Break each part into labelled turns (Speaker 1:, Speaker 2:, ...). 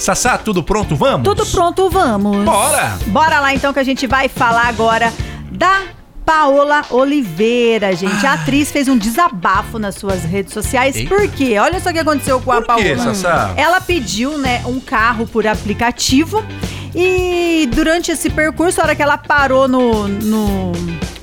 Speaker 1: Sassá, tudo pronto? Vamos?
Speaker 2: Tudo pronto, vamos.
Speaker 1: Bora!
Speaker 2: Bora lá então que a gente vai falar agora da Paola Oliveira, gente. A atriz fez um desabafo nas suas redes sociais.
Speaker 1: Ah. Eita.
Speaker 2: Por quê? Olha só o que aconteceu com a
Speaker 1: Por quê,
Speaker 2: Paola.
Speaker 1: Sassá?
Speaker 2: Ela pediu, né, um carro por aplicativo. E durante esse percurso, a hora que ela parou no, no,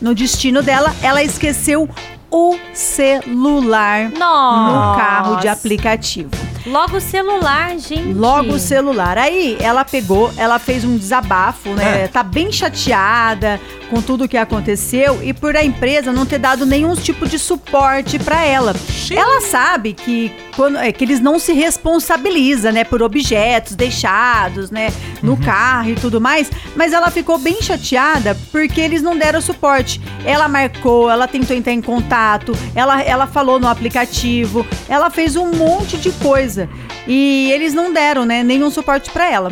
Speaker 2: no destino dela, ela esqueceu o celular
Speaker 3: Nossa.
Speaker 2: no carro de aplicativo.
Speaker 3: Logo o celular, gente.
Speaker 2: Logo o celular. Aí ela pegou, ela fez um desabafo, né?
Speaker 1: É.
Speaker 2: Tá bem chateada com tudo que aconteceu e por a empresa não ter dado nenhum tipo de suporte pra ela. Ela sabe que, quando, é, que eles não se responsabilizam, né? Por objetos deixados, né? No carro e tudo mais. Mas ela ficou bem chateada porque eles não deram suporte. Ela marcou, ela tentou entrar em contato, ela, ela falou no aplicativo, ela fez um monte de coisa. E eles não deram, né? Nenhum suporte pra ela.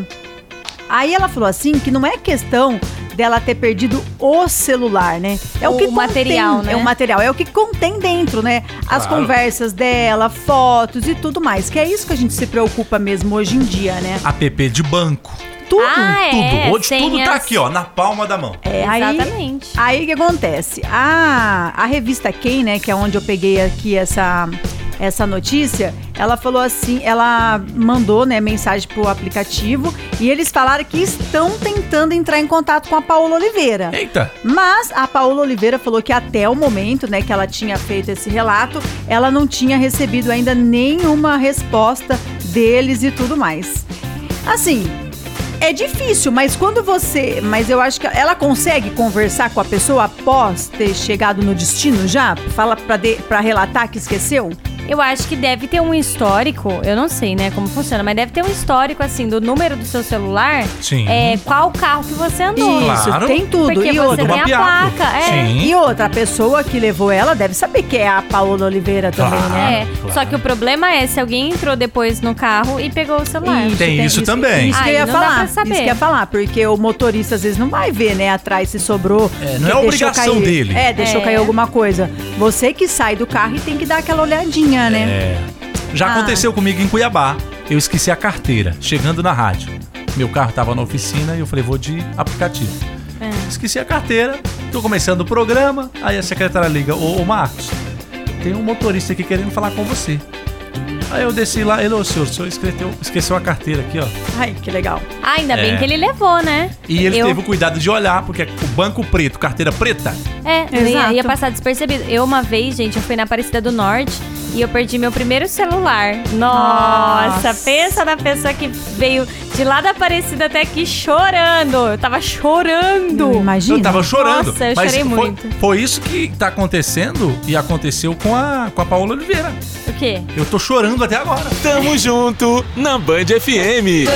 Speaker 2: Aí ela falou assim que não é questão dela ter perdido o celular, né? É o,
Speaker 3: O
Speaker 2: que contém,
Speaker 3: material, né?
Speaker 2: É o material, é o que contém dentro, né? As
Speaker 1: Claro.
Speaker 2: conversas dela, fotos e tudo mais. Que é isso que a gente se preocupa mesmo hoje em dia, né?
Speaker 1: App de banco.
Speaker 2: Tudo.
Speaker 3: Ah,
Speaker 1: tudo.
Speaker 3: é,
Speaker 1: Hoje tudo tá
Speaker 3: senhas.
Speaker 1: aqui, ó, na palma da mão.
Speaker 2: É, aí-
Speaker 3: Exatamente.
Speaker 2: Aí o que acontece? A, a revista Quem, né, que é onde eu peguei aqui essa, essa notícia, ela falou assim, ela mandou né, mensagem pro aplicativo e eles falaram que estão tentando entrar em contato com a Paola Oliveira.
Speaker 1: Eita!
Speaker 2: Mas a Paola Oliveira falou que até o momento, né, que ela tinha feito esse relato, ela não tinha recebido ainda nenhuma resposta deles e tudo mais. Assim, é difícil, mas quando você, mas eu acho que ela consegue conversar com a pessoa após ter chegado no destino já, fala pra de, para relatar que esqueceu?
Speaker 3: Eu acho que deve ter um histórico, eu não sei, né, como funciona, mas deve ter um histórico, assim, do número do seu celular,
Speaker 1: Sim.
Speaker 3: é, qual carro que você andou.
Speaker 2: Isso,
Speaker 1: Claro.
Speaker 2: tem tudo.
Speaker 3: Porque
Speaker 2: e
Speaker 3: você tá-
Speaker 2: outra,
Speaker 3: tem a
Speaker 1: mapeado.
Speaker 3: placa, é.
Speaker 1: Sim.
Speaker 2: e outra a pessoa que levou ela deve saber que é a Paola Oliveira também,
Speaker 1: Claro.
Speaker 2: né?
Speaker 3: É,
Speaker 1: Claro.
Speaker 3: só que o problema é se alguém entrou depois no carro e pegou o celular.
Speaker 2: Isso,
Speaker 1: Tem isso também.
Speaker 2: Isso que eu
Speaker 3: Aí
Speaker 2: ia
Speaker 3: não dá
Speaker 2: falar.
Speaker 3: pra saber.
Speaker 2: Isso que eu ia falar, porque o motorista às vezes não vai ver, né, atrás se sobrou.
Speaker 1: É, não é
Speaker 2: deixou
Speaker 1: obrigação
Speaker 2: cair.
Speaker 1: dele.
Speaker 2: É, deixou
Speaker 3: É.
Speaker 2: cair alguma coisa. Você que sai do carro e tem que dar aquela olhadinha,
Speaker 1: É.
Speaker 2: né?
Speaker 1: Já
Speaker 2: Ah.
Speaker 1: aconteceu comigo em Cuiabá. Eu esqueci a carteira, chegando na rádio. Meu carro tava na oficina e eu falei, vou de aplicativo.
Speaker 3: É.
Speaker 1: Esqueci a carteira, tô começando o programa. Aí a secretária liga, ô, ô Marcos, tem um motorista aqui querendo falar com você. Aí eu desci lá, ele, ô senhor, o senhor esqueceu, esqueceu a carteira aqui, ó.
Speaker 2: Ai, que legal.
Speaker 3: Ah, ainda bem
Speaker 1: É.
Speaker 3: que ele levou, né?
Speaker 1: E ele
Speaker 3: eu,
Speaker 1: teve o cuidado de olhar, porque é o banco preto, carteira preta,
Speaker 3: É, eu ia,
Speaker 2: Exato.
Speaker 3: ia passar despercebido. Eu, uma vez, gente, eu fui na Aparecida do Norte e eu perdi meu primeiro celular. Nossa,
Speaker 2: Nossa.
Speaker 3: pensa na pessoa que veio de lá da Aparecida até aqui chorando. Eu tava chorando.
Speaker 2: Imagina.
Speaker 1: Eu tava chorando.
Speaker 3: Nossa, eu
Speaker 1: mas
Speaker 3: chorei
Speaker 1: foi,
Speaker 3: muito.
Speaker 1: Foi isso que tá acontecendo e aconteceu com a, com a Paola Oliveira.
Speaker 3: O quê?
Speaker 1: Eu tô chorando até agora.
Speaker 4: Tamo junto na Band FM.